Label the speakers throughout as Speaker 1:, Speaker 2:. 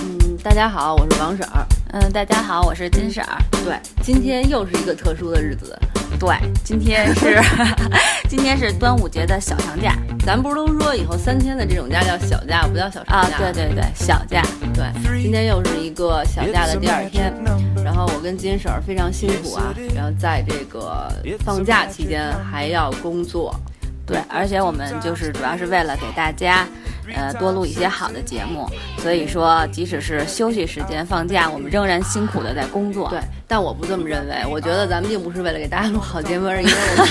Speaker 1: 嗯大家好，我是王婶儿。
Speaker 2: 嗯，大家好，我是金婶儿。
Speaker 1: 对，今天又是一个特殊的日子，
Speaker 2: 对，今天是 今天是端午节的小长假
Speaker 1: 咱不是都说以后三天的这种假叫小假，不叫小长
Speaker 2: 啊，
Speaker 1: 假？
Speaker 2: 对对对，小假，
Speaker 1: 对，今天又是一个小假
Speaker 3: 假
Speaker 1: 的
Speaker 3: 的
Speaker 1: 第
Speaker 3: 第
Speaker 1: 二
Speaker 3: 二
Speaker 1: 天
Speaker 3: 天，，
Speaker 1: 然后我跟金婶儿非常辛苦啊，然后在这个放假期间还要工作，
Speaker 2: 对，而且我们就是主要是为了给大家，呃，多录一些好的节目，所以说即使是休息时间放假，我们仍然辛苦的在工作。
Speaker 1: 对，，但我不这么认为，我觉得咱们并不是为了给大家录好节目而已，因为我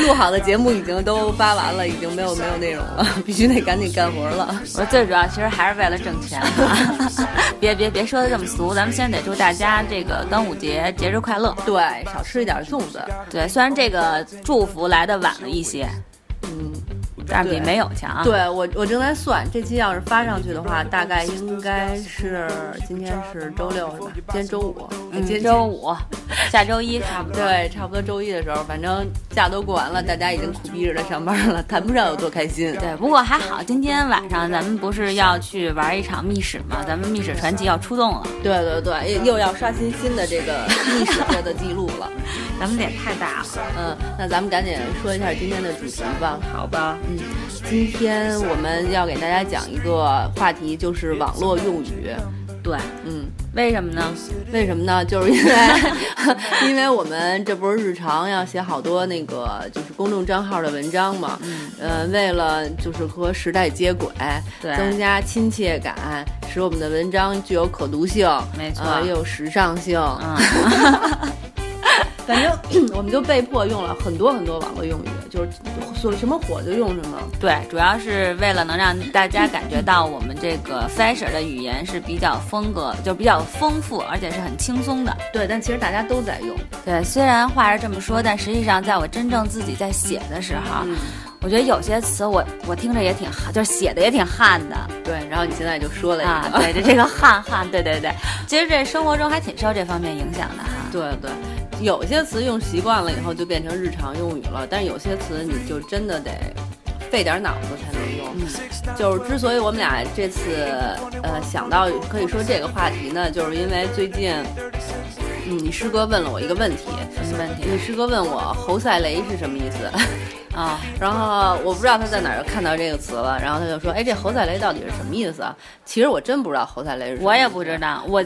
Speaker 1: 们录好的节目已经都发完了，已经没有没有内容 了，必须得赶紧干活了。
Speaker 2: 我说最主要其实还是为了挣钱， 别别别说的这么俗，咱们先得祝大家这个端午节节日快乐。
Speaker 1: 对，少吃一点粽子，
Speaker 2: 对，虽然这个祝福来的晚了一些，
Speaker 1: 嗯，
Speaker 2: 但是比
Speaker 1: 对
Speaker 2: 没有强啊。
Speaker 1: 对我我正在算，这期要是发上去的话，大概应该是今天是周六是吧？今天周五，哎
Speaker 2: 嗯，
Speaker 1: 今天
Speaker 2: 周五，下周一差不多。
Speaker 1: 对，差不多周一的时候，反正假都过完了，大家已经苦逼着在上班了，谈不上有多开心。
Speaker 2: 对，不过还好，今天晚上咱们不是要去玩一场密室吗？咱们密室传奇要出动了，
Speaker 1: 对对对，又又要刷新新的这个历史界的记录了。
Speaker 2: 咱们脸太大了，
Speaker 1: 嗯，那咱们赶紧说一下今天的主题吧。
Speaker 2: 好吧？
Speaker 1: 嗯，今天我们要给大家讲一个话题，就是网络用语。
Speaker 2: 对，
Speaker 1: 嗯，
Speaker 2: 为什么呢？
Speaker 1: 为什么 呢？就是因为，因为我们这不是日常要写好多那个就是公众账号的文章嘛，
Speaker 2: 嗯，
Speaker 1: 呃，为了就是和时代接轨，
Speaker 2: 对
Speaker 1: 增加亲切感，使我们的文章具有可读性，
Speaker 2: 没错
Speaker 1: 呃又有时尚性，
Speaker 2: 嗯，
Speaker 1: 反正 我们就被迫用了很多很多网络用语，就是所什么火就用什么。
Speaker 2: 对，主要是为了能让大家感觉到我们这个 fashion 的语言是比较风格，就比较丰富，而且是很轻松的。
Speaker 1: 对，但其实大家都在用。
Speaker 2: 对，虽然话是这么说，但实际上在我真正自己在写的时候，啊
Speaker 1: 嗯
Speaker 2: 我觉得有些词我我听着也挺汗，就是写的也挺汗的。
Speaker 1: 对，然后你现在就说了一个，
Speaker 2: 啊，对，这这个汗汗，对对对，其实这生活中还挺受这方面影响的哈。
Speaker 1: 对对，有些词用习惯了以后就变成日常用语了，但是有些词你就真的得费点脑子才能用。就是之所以我们俩这次呃想到可以说这个话题呢，就是因为最近，嗯，你师哥问了我一个问题，
Speaker 2: 什么问题
Speaker 1: 你师哥问我侯赛雷是什么意思，
Speaker 2: 啊？
Speaker 1: 然后我不知道他在哪儿看到这个词了，然后他就说，哎，这侯赛雷到底是什么意思啊？其实我真不知道侯赛雷是什么意思，
Speaker 2: 我也不知道，我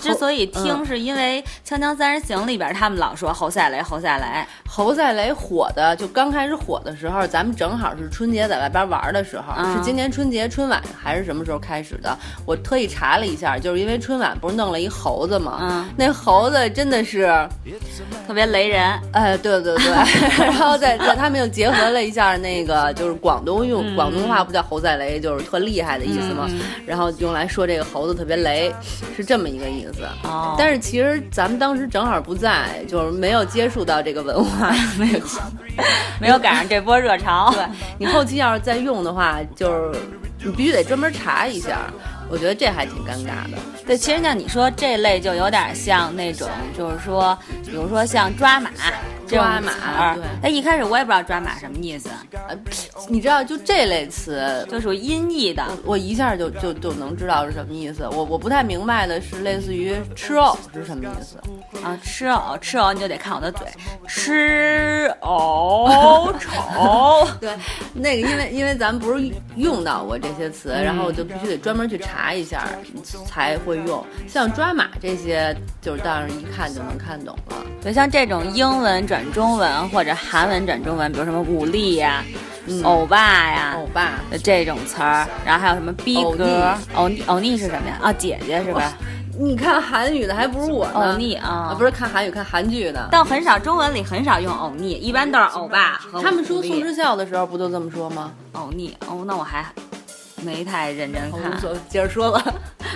Speaker 2: 之所以听
Speaker 1: 嗯
Speaker 2: 是因为《锵锵三人行》里边他们老说侯赛雷，侯赛雷，
Speaker 1: 侯赛雷火的，就刚开始火的时候，咱们正好是春节在外边玩的时候，
Speaker 2: 嗯
Speaker 1: 是今年春节春晚还是什么时候开始的？我特意查了一下，就是因为春晚不是弄了一猴子吗？
Speaker 2: 嗯，
Speaker 1: 那猴子真的是，
Speaker 2: 特别雷人。
Speaker 1: 哎，对对对， 然后在在他们又结合了一下那个，就是广东
Speaker 2: 嗯
Speaker 1: 用、广东话不叫侯赛雷，就是特厉害的意思嘛，然后用来说这个猴子特别雷，是这么一个意思。
Speaker 2: 哦，
Speaker 1: 但是其实咱们当时正好不在，就是没有接触到这个文 化，没有。
Speaker 2: 没有赶上这波热潮。
Speaker 1: 对你后期要是再用的话，就是你必须得专门查一下。我觉得这还挺尴尬的。
Speaker 2: 对，其实像你说这类就有点像那种，就是说，比如说像抓马这种
Speaker 1: 抓马
Speaker 2: 词儿
Speaker 1: 对
Speaker 2: 但一开始我也不知道抓马什么意思，
Speaker 1: 呃，你知道，就这类词，
Speaker 2: 就属于音译的。
Speaker 1: 我一下就就就能知道是什么意思。我我不太明白的是，类似于吃藕是什么意思？
Speaker 2: 啊，吃藕，吃藕你就得看我的嘴，吃藕 丑，
Speaker 1: 对，那个因为因为咱们不是用到过这些词，然后我就必须得专门去查一下才会用。像抓马这些，就是当然一看就能看懂了。
Speaker 2: 对，像这种英文转中文或者韩文转中文，比如什么武力呀、
Speaker 1: 嗯
Speaker 2: 欧巴呀、
Speaker 1: 欧巴，
Speaker 2: 这种词儿，然后还有什么逼
Speaker 1: 欧
Speaker 2: 格、欧尼、欧尼是什么呀？啊，姐姐是吧？
Speaker 1: 你看韩语的还不如我
Speaker 2: 欧
Speaker 1: 呢。
Speaker 2: 尼啊，
Speaker 1: 啊，不
Speaker 2: 是，
Speaker 1: 是看韩语，看韩剧的。
Speaker 2: 但很少中文里很少用欧尼，一般都是欧巴和
Speaker 1: 他们
Speaker 2: 武
Speaker 1: 说
Speaker 2: 力
Speaker 1: 宋智孝的时候不都这么说吗？
Speaker 2: 欧尼哦，那我还没太认真看，
Speaker 1: 所接着说吧。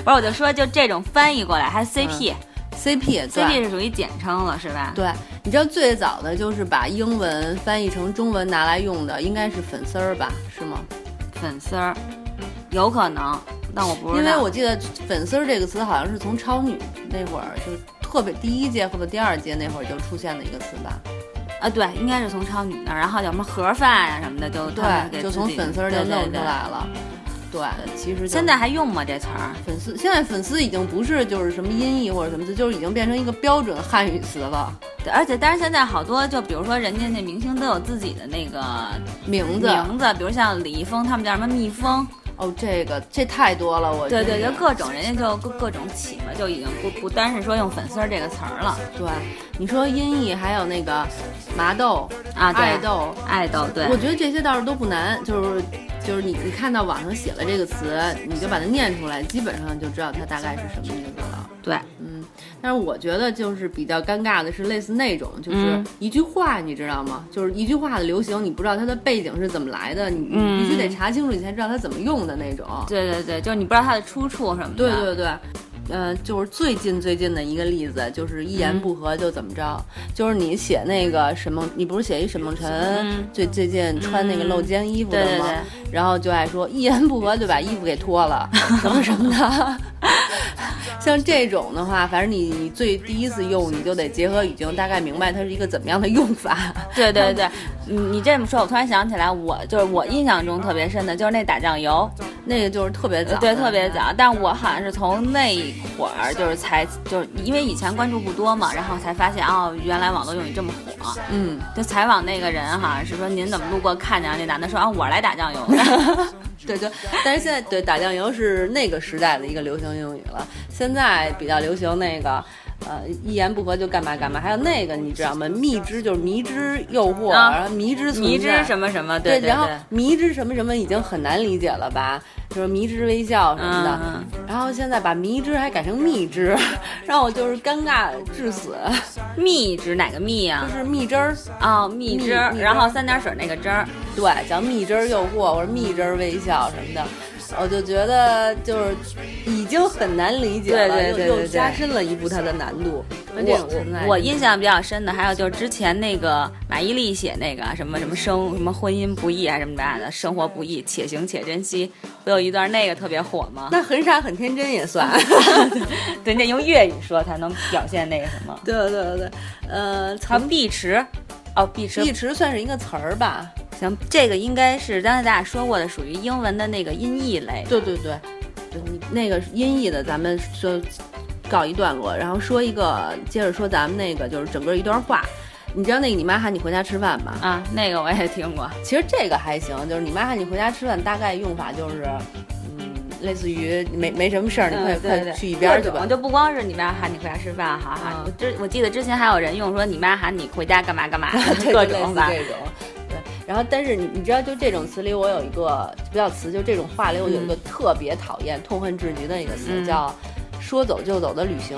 Speaker 2: 不是我就说就这种翻译过来还是 CP，CP、
Speaker 1: CP 嗯对
Speaker 2: CP 是属于简称了是吧？
Speaker 1: 对，你知道最早的就是把英文翻译成中文拿来用的，应该是粉丝儿吧？是吗？
Speaker 2: 粉丝儿，有可能，但我不
Speaker 1: 因
Speaker 2: 知道。
Speaker 1: 为我记得粉丝儿这个词好像是从超女那会儿就是特别第一届或者第二届那会儿就出现的一个词吧？
Speaker 2: 啊，对，应该是啊从超女那儿，然后有什么盒饭呀、什么的，就他们给
Speaker 1: 就
Speaker 2: 自
Speaker 1: 从
Speaker 2: 己
Speaker 1: 粉丝儿就
Speaker 2: 对对
Speaker 1: 弄出
Speaker 2: 对
Speaker 1: 来了。对，其实就
Speaker 2: 现在还用吗这词儿？
Speaker 1: 粉丝现在粉丝已经不是就是什么音译或者什么词，就是已经变成一个标准汉语词了。
Speaker 2: 对，而且但是现在好多，就比如说人家那明星都有自己的那个
Speaker 1: 名字
Speaker 2: 名字，比如像李易峰他们叫什么蜜蜂，
Speaker 1: 哦，这个这太多了，我
Speaker 2: 对对，
Speaker 1: 觉
Speaker 2: 就
Speaker 1: 得
Speaker 2: 各种人家就各各种起嘛，就已经不不单是说用粉丝儿这个词儿了
Speaker 1: 对。你说音译还有那个麻豆、
Speaker 2: 啊，对，
Speaker 1: 爱豆，
Speaker 2: 爱豆，对
Speaker 1: 我，觉得这些倒是都不难，就是就是你你看到网上写了这个词，你就把它念出来，基本上就知道它大概是什么意思了。
Speaker 2: 对，
Speaker 1: 嗯，但是我觉得就是比较尴尬的是类似那种，就是
Speaker 2: 嗯
Speaker 1: 一句话，你知道吗？就是一句话的流行，你不知道它的背景是怎么来的，你你
Speaker 2: 嗯
Speaker 1: 必须得查清楚，你才知道它怎么用的那种。
Speaker 2: 对对对，就是你不知道它的出处什么的，
Speaker 1: 对对对，呃，就是最近最近的一个例子，就是一言
Speaker 2: 嗯
Speaker 1: 不合就怎么着，就是你写那个沈梦，你不是写一沈梦辰、
Speaker 2: 嗯
Speaker 1: 最最近穿那个露肩衣服的
Speaker 2: 对
Speaker 1: 吗？
Speaker 2: 对对
Speaker 1: 然后就爱说一言不合就把衣服给脱 了，什么什么的。 像这种的话，反正你你最第一次用，你就得结合语境，大概明白它是一个怎么样的用法。
Speaker 2: 对对对，你你这么说，我突然想起来，我就是我印象中特别深的，就是那打酱油，
Speaker 1: 那个就是特别早，
Speaker 2: 对，特别。早。但我好像是从那一会儿，就是才就是因为以前关注不多嘛，然后才发现哦，原来网络用语这么火。
Speaker 1: 嗯，
Speaker 2: 就采访那个人好像是说您怎么路过看见了那男的说啊，我是来打 酱油 的。
Speaker 1: 对，就但是现在对打酱油是那个时代的一个流行用语了，现在比较流行那个。呃，一言不合就干嘛干嘛，还有那个你知道吗？蜜汁就是迷之诱惑，
Speaker 2: 啊
Speaker 1: 然后迷之存在
Speaker 2: 迷之什么什么，
Speaker 1: 对
Speaker 2: 对
Speaker 1: 然后迷之什么什么已经很难理解了吧？就是迷之微笑什么的，
Speaker 2: 嗯
Speaker 1: 然后现在把迷之还改成蜜汁， 让我就是尴尬致死。
Speaker 2: 对，嗯蜜汁哪个蜜
Speaker 1: 就
Speaker 2: 呀、
Speaker 1: 是蜜汁儿，
Speaker 2: 啊？哦，蜜汁儿，
Speaker 1: 蜜蜜汁儿
Speaker 2: 然后三点水那个汁儿。
Speaker 1: 对，叫蜜汁儿诱惑或者蜜汁儿微笑什么的，我就觉得就是已经很难理解了，
Speaker 2: 对对对
Speaker 1: 又
Speaker 2: 对
Speaker 1: 又
Speaker 2: 对
Speaker 1: 加深了一步它的难度。那这种存在
Speaker 2: 我我印象比较深的还有就是之前那个马伊琍写那个什么什么生什么婚姻不易还啊是什么啥的，生活不易，且行且珍惜，不有一段那个特别火吗？
Speaker 1: 那很傻很天真也 算。
Speaker 2: 对，那用粤语说才能表现那个什么。
Speaker 1: 对对对对，呃，
Speaker 2: 还
Speaker 1: 曹
Speaker 2: 有碧池，哦，碧池
Speaker 1: 碧，池算是一个词儿吧？
Speaker 2: 行，这个应该是刚才咱俩说过的，属于英文的那个音译类。
Speaker 1: 对对对，对你那个音译的咱们就告一段落，然后说一个，接着说咱们那个就是整个一段话。你知道那个你妈喊你回家吃饭吗？
Speaker 2: 啊，那个我也听过，
Speaker 1: 其实这个还行，就是你妈喊你回家吃饭，大概用法就是，嗯，类似于没没什么事儿，你快、
Speaker 2: 嗯 对对
Speaker 1: 快
Speaker 2: 对
Speaker 1: 去一边儿去
Speaker 2: 各
Speaker 1: 吧
Speaker 2: 种。就不光是你妈喊你回家吃饭，哈哈
Speaker 1: 嗯。，
Speaker 2: 我之我记得之前还有人用说你妈喊你回家干嘛干嘛
Speaker 1: 对
Speaker 2: 各
Speaker 1: 就类
Speaker 2: 种
Speaker 1: 似
Speaker 2: 吧。
Speaker 1: 这种。对，然后但是你你知道，就这种词里，我有一个不叫词，就这种话里，我有一个特别讨厌、痛恨至极的一个词，
Speaker 2: 嗯
Speaker 1: 叫“说走就走的旅行”。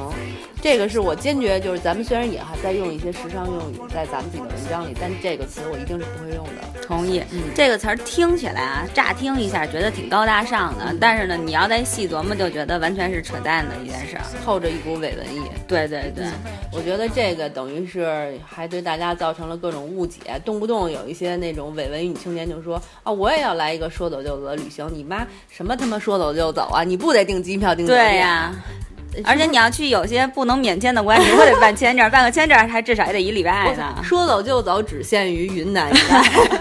Speaker 1: 这个是我坚决就是，咱们虽然也还在用一些时尚用语在咱们自己的文章里，但这个词我一定是不会用的。
Speaker 2: 同意，
Speaker 1: 嗯
Speaker 2: 这个词儿听起来啊，乍听一下觉得挺高大上
Speaker 1: 嗯
Speaker 2: 的，但是呢，你要再细琢磨，就觉得完全是扯淡的一件事儿。
Speaker 1: 透着一股伪文艺，
Speaker 2: 对对对，
Speaker 1: 我觉得这个等于是还对大家造成了各种误解，动不动有一些那种伪文艺青年就说啊，我也要来一个说走就走的旅行，你妈什么他妈说走就走啊，你不得订机票订酒
Speaker 2: 对
Speaker 1: 店
Speaker 2: 呀、
Speaker 1: 嗯
Speaker 2: 而且你要去有些不能免签的国家，你会得办签证，办个签证还至少也得一礼 拜呢。
Speaker 1: 说走就走，只限于云南一 带。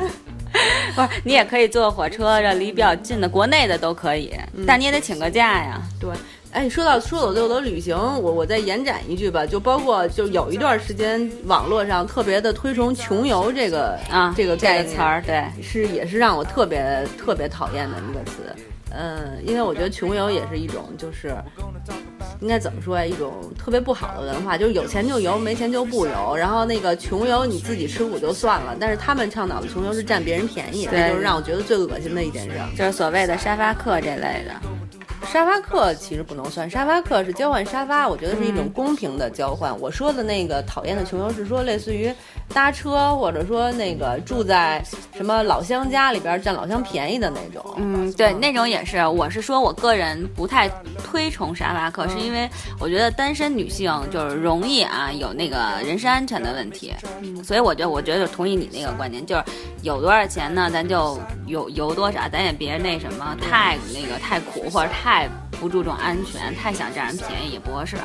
Speaker 2: 不是，你也可以坐火车，这离比较近的国内的都可以，
Speaker 1: 嗯
Speaker 2: 但你也得请个假呀。
Speaker 1: 对，哎，说到说走就走旅行，我我再延展一句吧，就包括就有一段时间网络上特别的推崇穷游这个
Speaker 2: 啊，
Speaker 1: 这个概
Speaker 2: 这
Speaker 1: 念
Speaker 2: 个词儿，对，
Speaker 1: 是也是让我特别特别讨厌的一个词。嗯，因为我觉得穷游也是一种，就是应该怎么说呀？一种特别不好的文化，就是有钱就游，没钱就不游。然后那个穷游你自己吃苦就算了，但是他们倡导的穷游是占别人便宜，
Speaker 2: 对
Speaker 1: 这就是让我觉得最恶心的一件事。
Speaker 2: 就是所谓的沙发客这类的。
Speaker 1: 沙发客其实不能算，沙发客是交换沙发，我觉得是一
Speaker 2: 嗯
Speaker 1: 种公平的交换。我说的那个讨厌的穷游是说，类似于搭车，或者说那个住在什么老乡家里边占老乡便宜的那种。
Speaker 2: 嗯，对，那种也是。我是说，我个人不太推崇沙发客，是因为我觉得单身女性就是容易啊有那个人身安全的问题，所以我觉得，我觉得就同意你那个观点，就是有多少钱呢，咱就有游多少，咱也别那什么太那个太苦或者太不注重安全，太想占人便宜也不合适。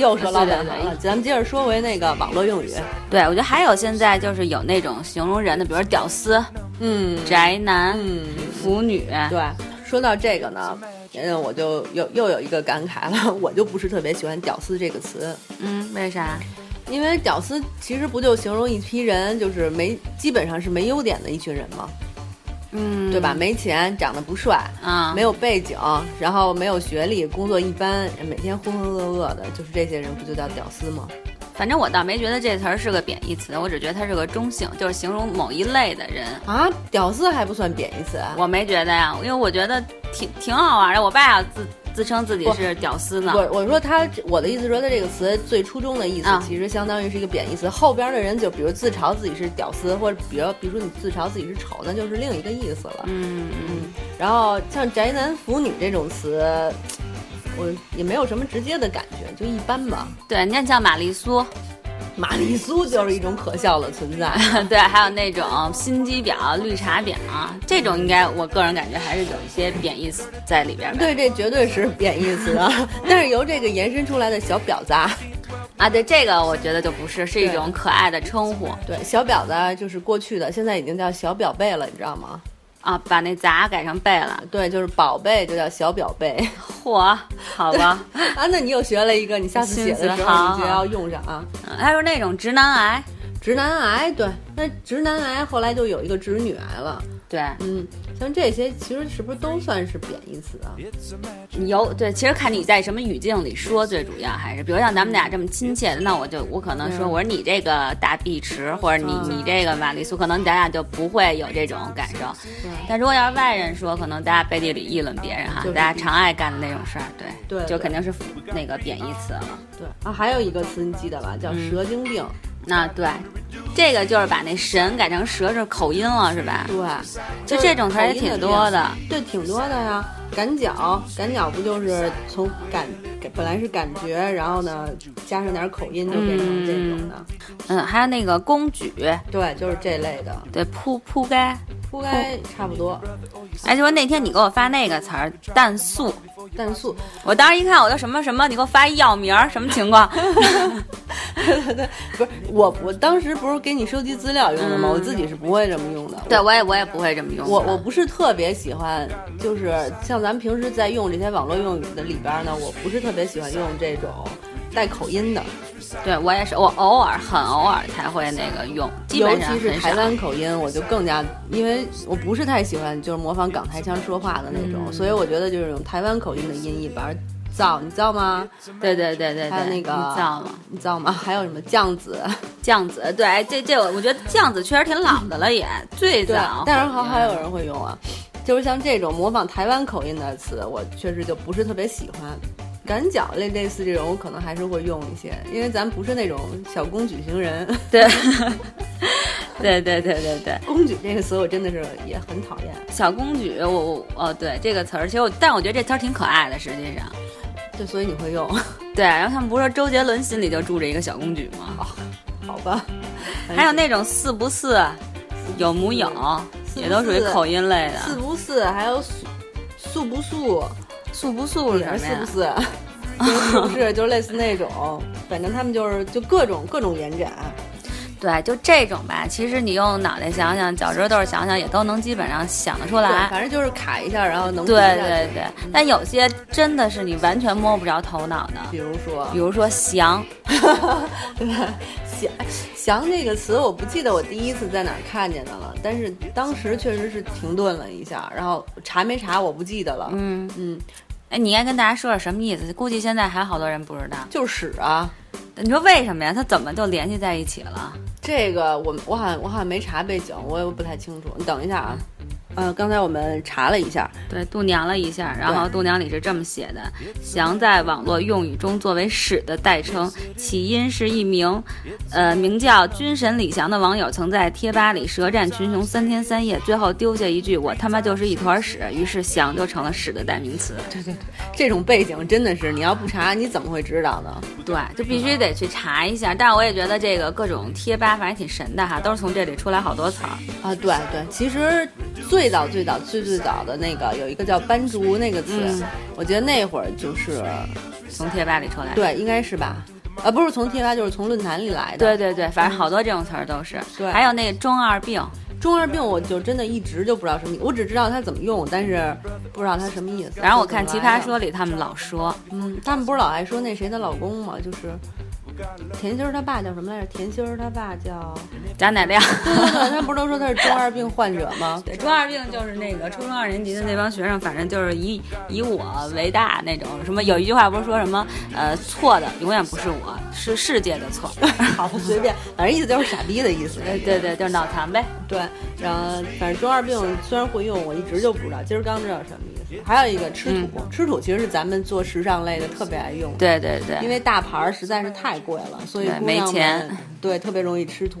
Speaker 1: 又说老
Speaker 2: 对
Speaker 1: 本
Speaker 2: 对
Speaker 1: 行
Speaker 2: 对
Speaker 1: 了，咱们接着说回那个网络用语。
Speaker 2: 对，我觉得还有现在就是有那种形容人的，比如说屌丝、
Speaker 1: 嗯
Speaker 2: 宅男、
Speaker 1: 嗯，
Speaker 2: 腐女，
Speaker 1: 对，说到这个呢，嗯，我就又又有一个感慨了， 我就不是特别喜欢“屌丝”这个词，
Speaker 2: 嗯，为啥？
Speaker 1: 因为“屌丝”其实不就形容一批人，就是没基本上是没优点的一群人吗？
Speaker 2: 嗯，
Speaker 1: 对吧？？没钱，长得不帅，
Speaker 2: 啊，
Speaker 1: 没有背景，然后没有学历，工作一般，每天浑浑噩噩的，就是这些人不就叫屌丝吗？
Speaker 2: 反正我倒没觉得这词儿是个贬义词，我只觉得它是个中性，就是形容某一类的人。
Speaker 1: 啊，屌丝还不算贬义词啊？
Speaker 2: 我没觉得呀，因为我觉得挺挺好玩的。我爸自自称自己是屌丝呢，
Speaker 1: 我我说他，我的意思说他这个词最初中的意思
Speaker 2: 啊，
Speaker 1: 其实相当于是一个贬义词。后边的人就比如自嘲自己是屌丝，或者比如比如说你自嘲自己是丑，那就是另一个意思了。
Speaker 2: 嗯嗯，
Speaker 1: 然后像宅男腐女这种词，我也没有什么直接的感觉，就一般吧。
Speaker 2: 对，你看像玛丽苏，
Speaker 1: 玛丽苏就是一种可笑的存在。
Speaker 2: 对，还有那种心机婊、绿茶婊，这种应该我个人感觉还是有一些贬义词在里边儿的。
Speaker 1: 对，这绝对是贬义词啊！ 但是由这个延伸出来的小婊子啊，
Speaker 2: 啊，对，这个我觉得就不是，是一种可爱的称呼
Speaker 1: 对，小婊子啊就是过去的，现在已经叫小表贝了，你知道吗？
Speaker 2: 啊，把那杂改成贝了，
Speaker 1: 对，就是宝贝就叫小表贝
Speaker 2: 嚯，好 吧。
Speaker 1: 啊。那你又学了一个，你下次写的时
Speaker 2: 新词好
Speaker 1: 候你就要用上啊。
Speaker 2: 嗯还有那种直男癌，
Speaker 1: 直男癌，对，那直男癌后来就有一个直女癌了。
Speaker 2: 对，
Speaker 1: 嗯，像这些其实是不是都算是贬义词啊？
Speaker 2: 有对，其实看你在什么语境里说，最主要还是，比如像咱们俩这么亲切的，那我就我可能说，
Speaker 1: 嗯
Speaker 2: 我说你这个大碧池，或者你你这个玛丽苏，可能咱俩就不会有这种感受。但如果要是外人说，可能大家背地里议论别人哈
Speaker 1: 就，是
Speaker 2: 大家常爱干的那种事儿，对，
Speaker 1: 对
Speaker 2: 就
Speaker 1: 对
Speaker 2: 肯定是那个贬义词了。
Speaker 1: 对啊，还有一个词你记得吧，叫蛇精病。
Speaker 2: 那对，这个就是把那神改成蛇是口音了，是吧？
Speaker 1: 对，
Speaker 2: 就这种词儿也
Speaker 1: 口音
Speaker 2: 挺多的
Speaker 1: 变，对，挺多的呀。赶脚，赶脚不就是从感感本来是感觉，然后呢加上点口音就变成这种的，
Speaker 2: 嗯，还有那个公举，
Speaker 1: 对，就是这类的，
Speaker 2: 对，铺铺盖。
Speaker 1: 铺盖差不多。
Speaker 2: 哎，就说那天你给我发那个词儿“蛋素”，
Speaker 1: 蛋 素，
Speaker 2: 我当时一看，我就什么什么，你给我发一药名儿，什么 情况？
Speaker 1: 对对，不是我，我当时不是给你收集资料用的吗？
Speaker 2: 嗯
Speaker 1: 我自己是不会这么用的。
Speaker 2: 对，我也我也不会这么用的。
Speaker 1: 我我不是特别喜欢，就是像咱们平时在用这些网络用语的里边呢，我不是特别喜欢用这种带口音的，
Speaker 2: 对我也是，我偶尔很偶尔才会那个用，基
Speaker 1: 尤
Speaker 2: 本上
Speaker 1: 其是
Speaker 2: 很
Speaker 1: 台
Speaker 2: 少。
Speaker 1: 湾口音，我就更加，因为我不是太喜欢就是模仿港台腔说话的那种，所以我觉得就是用台湾口音的音译，把造，你造吗？
Speaker 2: 对对对对对，
Speaker 1: 还有那个
Speaker 2: 你知道吗？
Speaker 1: 你造吗？还有什么酱子？
Speaker 2: 酱子，对，哎这这我我觉得酱子确实挺老的了也，最
Speaker 1: 对啊
Speaker 2: 早，。
Speaker 1: 但是还还有人会用啊，就是像这种模仿台湾口音的词，我确实就不是特别喜欢。赶脚类类似这种，我可能还是会用一些，因为咱不是那种小公举型人。
Speaker 2: 对， 对对对对对，
Speaker 1: 公举这个词，我真的是也很讨厌。
Speaker 2: 小公举，我我哦对这个词儿，其实我但我觉得这词儿挺可爱的，实际上。
Speaker 1: 对，所以你会 用，
Speaker 2: 对，然后他们不是说周杰伦心里就住着一个小公举吗？
Speaker 1: 好吧？
Speaker 2: 还有那种似不似，有木有，
Speaker 1: 似
Speaker 2: 也都属于口音类
Speaker 1: 四
Speaker 2: 的。
Speaker 1: 不四，还有素素不素，
Speaker 2: 素不素是
Speaker 1: 也
Speaker 2: 什
Speaker 1: 是
Speaker 2: 么
Speaker 1: 四不
Speaker 2: 呀？
Speaker 1: 四，就是不是，就是类似那种，反正他们就是就各种各种延展。
Speaker 2: 对，就这种吧。其实你用脑袋想想，脚趾头想想，也都能基本上想得出
Speaker 1: 对，
Speaker 2: 来。
Speaker 1: 反正就是卡一下，然后能
Speaker 2: 对
Speaker 1: 比一下嗯
Speaker 2: 对对，但有些真的是你完全摸不着头脑的，
Speaker 1: 比如说，
Speaker 2: 比如说翔，
Speaker 1: 翔翔这个词，我不记得我第一次在哪儿看见的了，但是当时确实是停顿了一下，然后查没查我不记得了，
Speaker 2: 嗯，
Speaker 1: 嗯，
Speaker 2: 哎，你应该跟大家说说什么意思？估计现在还好多人不知道。
Speaker 1: 就是屎啊。
Speaker 2: 你说为什么呀？它怎么就联系在一起了？
Speaker 1: 这个我我好像我好像没查背景，我也不太清楚。你等一下啊，
Speaker 2: 嗯
Speaker 1: 呃，刚才我们查了一下，
Speaker 2: 对，度娘了一下，然后度娘里是这么写的：翔在网络用语中作为“屎”的代称，起因是一名，呃，名叫“军神李翔”的网友曾在贴吧里舌战群雄三天三夜，最后丢下一句“我他妈就是一坨屎”，于是翔就成了“屎”的代名词。
Speaker 1: 这种背景真的是你要不查你怎么会知道呢？
Speaker 2: 对，就必须得去查一下。但是我也觉得这个各种贴吧反正挺神的哈，都是从这里出来好多词儿。
Speaker 1: 啊，对对，其实最早最早最最早的那个有一个叫斑竹那个词，
Speaker 2: 嗯
Speaker 1: 我觉得那会儿就是
Speaker 2: 从贴吧里出来。
Speaker 1: 对，应该是吧？啊，不是从贴吧，就是从论坛里来的。
Speaker 2: 对对对，反正好多这种词儿都是。
Speaker 1: 对
Speaker 2: 还有那个中二病，
Speaker 1: 中二病我就真的一直就不知道什么意，我只知道它怎么用，但是不知道他什么意思。
Speaker 2: 然后我看《
Speaker 1: 就
Speaker 2: 奇
Speaker 1: 怎么来
Speaker 2: 葩
Speaker 1: 的
Speaker 2: 说》里他们老说，
Speaker 1: 嗯，他们不是老爱说那谁的老公吗？就是甜心儿他爸叫什么来着？甜心儿他爸 叫，
Speaker 2: 贾乃亮。
Speaker 1: 对对对，他不是都说他是中二病患者吗？
Speaker 2: 对，中二病就是那个初中二年级的那帮学生，反正就是以以我为大那种。什么有一句话不是说什么呃错的永远不是我，是世界的错。
Speaker 1: 好， 随便，反正意思就是傻逼的意思。
Speaker 2: 对对对，就是脑残呗。
Speaker 1: 对，然后反正中二病虽然会用，我一直就不知道，今儿刚知道什么意思。还有一个吃土，
Speaker 2: 嗯
Speaker 1: 吃土其实是咱们做时尚类的特别爱用的，
Speaker 2: 对对对，
Speaker 1: 因为大牌儿实在是太贵了，所以
Speaker 2: 对
Speaker 1: 姑
Speaker 2: 没
Speaker 1: 娘们
Speaker 2: 钱，
Speaker 1: 对，特别容易吃土。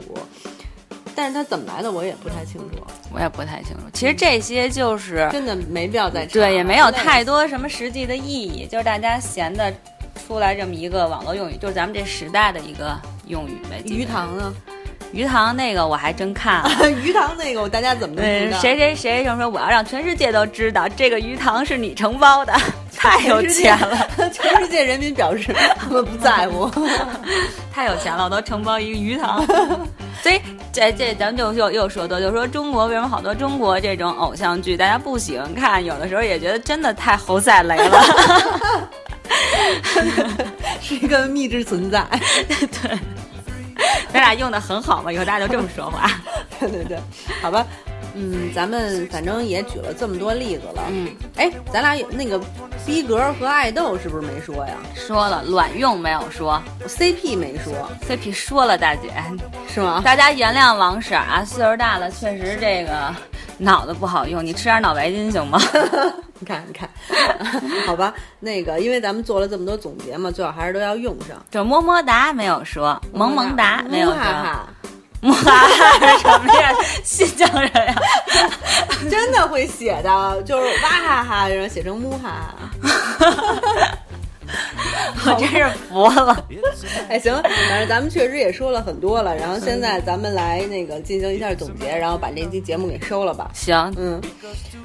Speaker 1: 但是它怎么来的我也不太清楚，
Speaker 2: 我也不太清楚。其实这些就是
Speaker 1: 真的没必要再查
Speaker 2: 对，也没有
Speaker 1: 累
Speaker 2: 太多什么实际的意义，就是大家闲的出来这么一个网络用语，就是咱们这时代的一个用语呗。基本
Speaker 1: 鱼塘呢，
Speaker 2: 鱼塘那个我还真看了。
Speaker 1: 鱼塘那个我大家怎么都
Speaker 2: 嗯
Speaker 1: 知，道？
Speaker 2: 谁谁谁就说我要让全世界都知道这个鱼塘是你承包 的，太有
Speaker 1: 全世界
Speaker 2: 钱了，，
Speaker 1: 全世界人民表示他们不在乎。
Speaker 2: 太有钱了，我都承包一个鱼塘。 所以这这咱们就又又说多，就说中国为什么好多中国这种偶像剧大家不喜欢看，有的时候也觉得真的太侯赛雷了。
Speaker 1: 是一个秘制存在。
Speaker 2: 咱俩用的很好嘛，以后大家就这么说话。
Speaker 1: 对对对，好吧，嗯，咱们反正也举了这么多例子了。
Speaker 2: 嗯，
Speaker 1: 哎，咱俩有那个逼格和爱豆是不是没说呀
Speaker 2: 说了卵用没有说
Speaker 1: ？CP 没说
Speaker 2: ，CP 说了大姐，
Speaker 1: 是吗？
Speaker 2: 大家原谅王婶儿啊，岁数大了，确实这个脑子不好用，你吃点脑白金行吗？
Speaker 1: 你看，你看， 好吧，那个，因为咱们做了这么多总结嘛，最好还是都要用上。
Speaker 2: 就么么哒没有说，萌萌哒没有说，
Speaker 1: 哈哈，
Speaker 2: 木哈哈是 什么呀？新疆人呀、
Speaker 1: 真的会写的，就是哇哈哈，然后写成木哈哈。
Speaker 2: 我真是服了。
Speaker 1: 哎，行，反正咱们确实也说了很多了，然后现在咱们来那个进行一下总结，然后把这期节目给收了吧。
Speaker 2: 行，
Speaker 1: 嗯，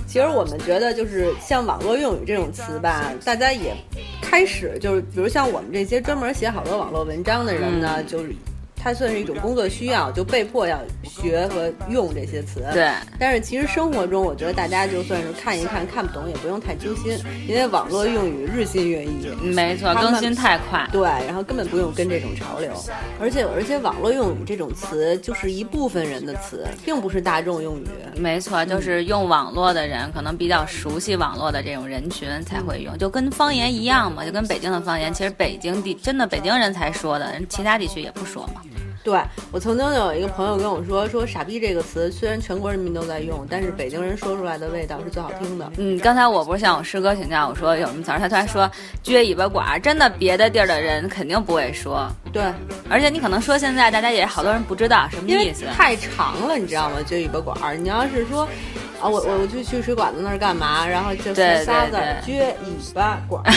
Speaker 1: 其实我们觉得就是像网络用语这种词吧，
Speaker 2: 嗯
Speaker 1: 大家也开始就是，比如像我们这些专门写好多网络文章的人呢，
Speaker 2: 嗯
Speaker 1: 就是他算是一种工作需要，就被迫要学和用这些词。
Speaker 2: 对。
Speaker 1: 但是其实生活中，我觉得大家就算是看一看看不懂，也不用太揪心，因为网络用语日新月异。
Speaker 2: 没错，
Speaker 1: 他们
Speaker 2: 更新太快。
Speaker 1: 对，然后根本不用跟这种潮流，而且而且网络用语这种词就是一部分人的词，并不是大众用语。
Speaker 2: 没错，就是用网络的人，可能比较熟悉网络的这种人群才会用，就跟方言一样嘛，就跟北京的方言，其实北京地真的北京人才说的，人其他地区也不说嘛。
Speaker 1: 对我曾经有一个朋友跟我说，说“傻逼”这个词虽然全国人民都在用，但是北京人说出来的味道是最好听的。
Speaker 2: 嗯，刚才我不是向我师哥请教，我说有什么词儿，他突然说撅尾巴管儿，真的别的地儿的人肯定不会说，
Speaker 1: 对，
Speaker 2: 而且你可能说现在大家也好多人不知道什么
Speaker 1: 因为
Speaker 2: 意思。
Speaker 1: 太长了，你知道吗？撅尾巴管儿，你要是说啊，我我我去去水管子那儿干嘛？然后就
Speaker 2: 对
Speaker 1: 说仨
Speaker 2: 对
Speaker 1: 字儿撅尾巴管儿，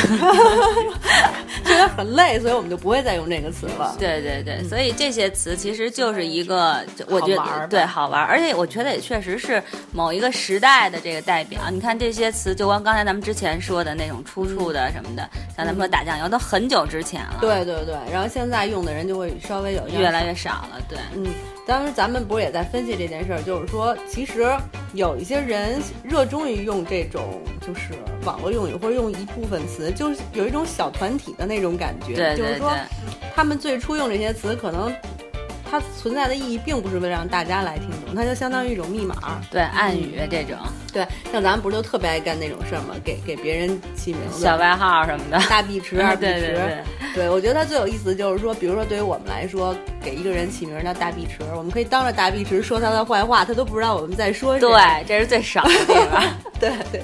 Speaker 1: 觉得很累，所以我们就不会再用这个词了。
Speaker 2: 对对对，所以这些词其实就是一个，就我觉
Speaker 1: 好玩儿吧
Speaker 2: 得对好玩儿，而且我觉得也确实是某一个时代的这个代表。你看这些词，就光刚才咱们之前说的那种出处的什么的，像咱们说打酱油，都很久之前了，，
Speaker 1: 嗯对对对，然后现在用的人就会稍微有一点
Speaker 2: 越来越少了，对。
Speaker 1: 嗯，当时咱们不是也在分析这件事儿，就是说，其实有一些人热衷于用这种就是网络用语或者用一部分词，就是有一种小团体的那种感觉。
Speaker 2: 对
Speaker 1: 就
Speaker 2: 对
Speaker 1: 是
Speaker 2: 对
Speaker 1: 说，，他们最初用这些词，可能它存在的意义并不是为了让大家来听懂，它就相当于一种密码。
Speaker 2: 对暗语这种
Speaker 1: 对，像咱们不是就特别爱干那种事儿嘛，给给别人起名字，
Speaker 2: 小外号什么的，
Speaker 1: 大碧池、二碧池。
Speaker 2: 对对对，
Speaker 1: 对，我觉得它最有意思的就是说，比如说对于我们来说，给一个人起名叫大碧池，我们可以当着大碧池说他的坏话，他都不知道我们在说谁。
Speaker 2: 对，这是最少的地方。
Speaker 1: 对对，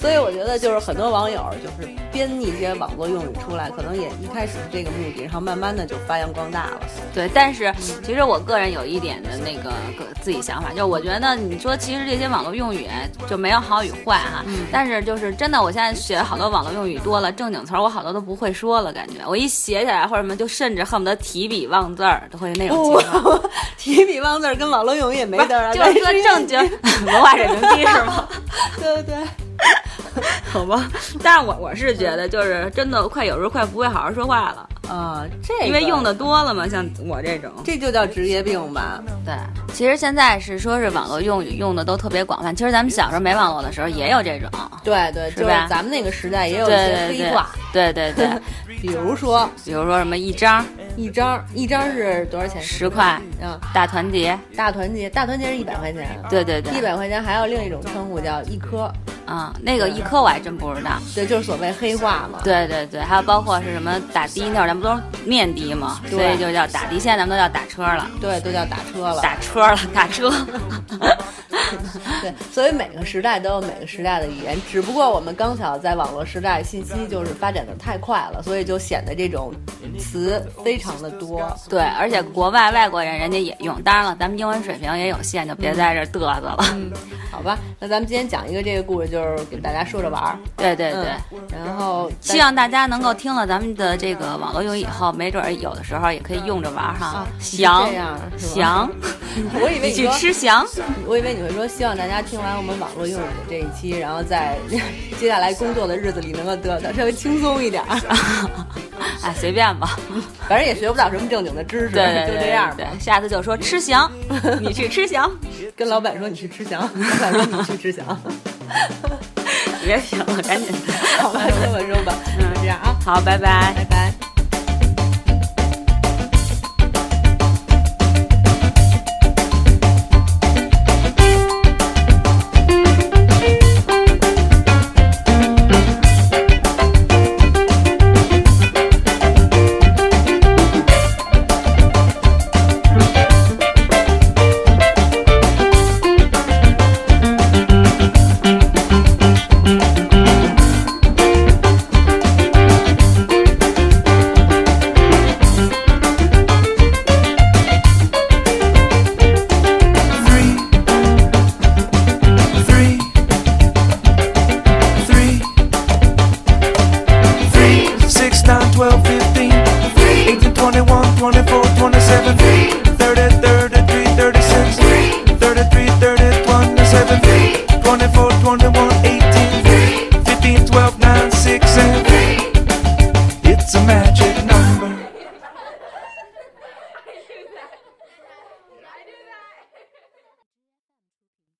Speaker 1: 所以我觉得就是很多网友就是编一些网络用语出来，可能也一开始是这个目的，然后慢慢的就发扬光大了。
Speaker 2: 对，但是其实我个人有一点的那个个自己想法，就是我觉得你说其实这些网络用语就没有好与坏哈，但是就是真的，我现在学好多网络用语多了，正经词儿我好多都不会说了，感觉我一写起来或者什么，就甚至恨不得提笔忘字儿，都会那种情 况。
Speaker 1: 不，提笔忘字儿跟网络用语也没得儿啊，
Speaker 2: 哦 就是说
Speaker 1: 但
Speaker 2: 正经文化水平低是吗？
Speaker 1: 对对对。
Speaker 2: 好吧，但是我我是觉得就是真的快有时候快不会好好说话了，
Speaker 1: 啊，这个
Speaker 2: 因为用的多了嘛，像我这种。
Speaker 1: 这就叫职业病吧？
Speaker 2: 对，其实现在是说是网络用语用的都特别广泛。其实咱们小时候没网络的时候也有这种，
Speaker 1: 对对，
Speaker 2: 是
Speaker 1: 就是
Speaker 2: 吧
Speaker 1: 咱们那个时代也有一些
Speaker 2: 对对
Speaker 1: 黑话，
Speaker 2: 对对 对对，
Speaker 1: 比如说
Speaker 2: 比如说什么一张
Speaker 1: 一张一张是多少钱？
Speaker 2: 十块，
Speaker 1: 啊，
Speaker 2: 大团结，
Speaker 1: 大团结，大团结是一百块钱，
Speaker 2: 对对对，
Speaker 1: 一百块钱还有另一种称呼叫一颗，
Speaker 2: 啊、那个一颗我还真不知道。
Speaker 1: 对，就是所谓黑话嘛。
Speaker 2: 对对对，还有包括是什么打的，那会儿咱们都是面的嘛，所以就叫打的。现在咱们都叫打车了，
Speaker 1: 对，都叫打车了。
Speaker 2: 打车了，打车。
Speaker 1: 对，所以每个时代都有每个时代的语言，只不过我们刚巧在网络时代，信息就是发展的太快了，所以就显得这种词非常的多。
Speaker 2: 对，而且国外外国人人家也用，当然了，咱们英文水平也有限，就
Speaker 1: 嗯
Speaker 2: 别在这儿嘚瑟了。
Speaker 1: 好吧，那咱们今天讲一个这个故事，就是给大家说着玩儿。
Speaker 2: 对对对。
Speaker 1: 嗯，然后
Speaker 2: 希望大家能够听了咱们的这个网络用语以后，没准儿有的时候也可以用着玩儿哈
Speaker 1: 啊。
Speaker 2: 翔
Speaker 1: 是这样是吧
Speaker 2: 翔，
Speaker 1: 我以为
Speaker 2: 你
Speaker 1: 你
Speaker 2: 去
Speaker 1: 说，
Speaker 2: 吃翔。
Speaker 1: 我以为你会说希望大家听完我们网络用语的这一期，然后在 接下来工作的日子里能够得到稍微轻松一点儿，
Speaker 2: 哎，随便 吧。
Speaker 1: 反正也学不到什么正经的知识，
Speaker 2: 对对对，
Speaker 1: 就这样吧。
Speaker 2: 对，对下次就说吃翔， 你去吃翔，
Speaker 1: 跟老板说你去吃翔， 老板说你去吃翔。
Speaker 2: 别贫了，赶紧。
Speaker 1: 好吧，这么说吧，那就这样啊，
Speaker 2: 好，拜拜。
Speaker 1: 拜拜。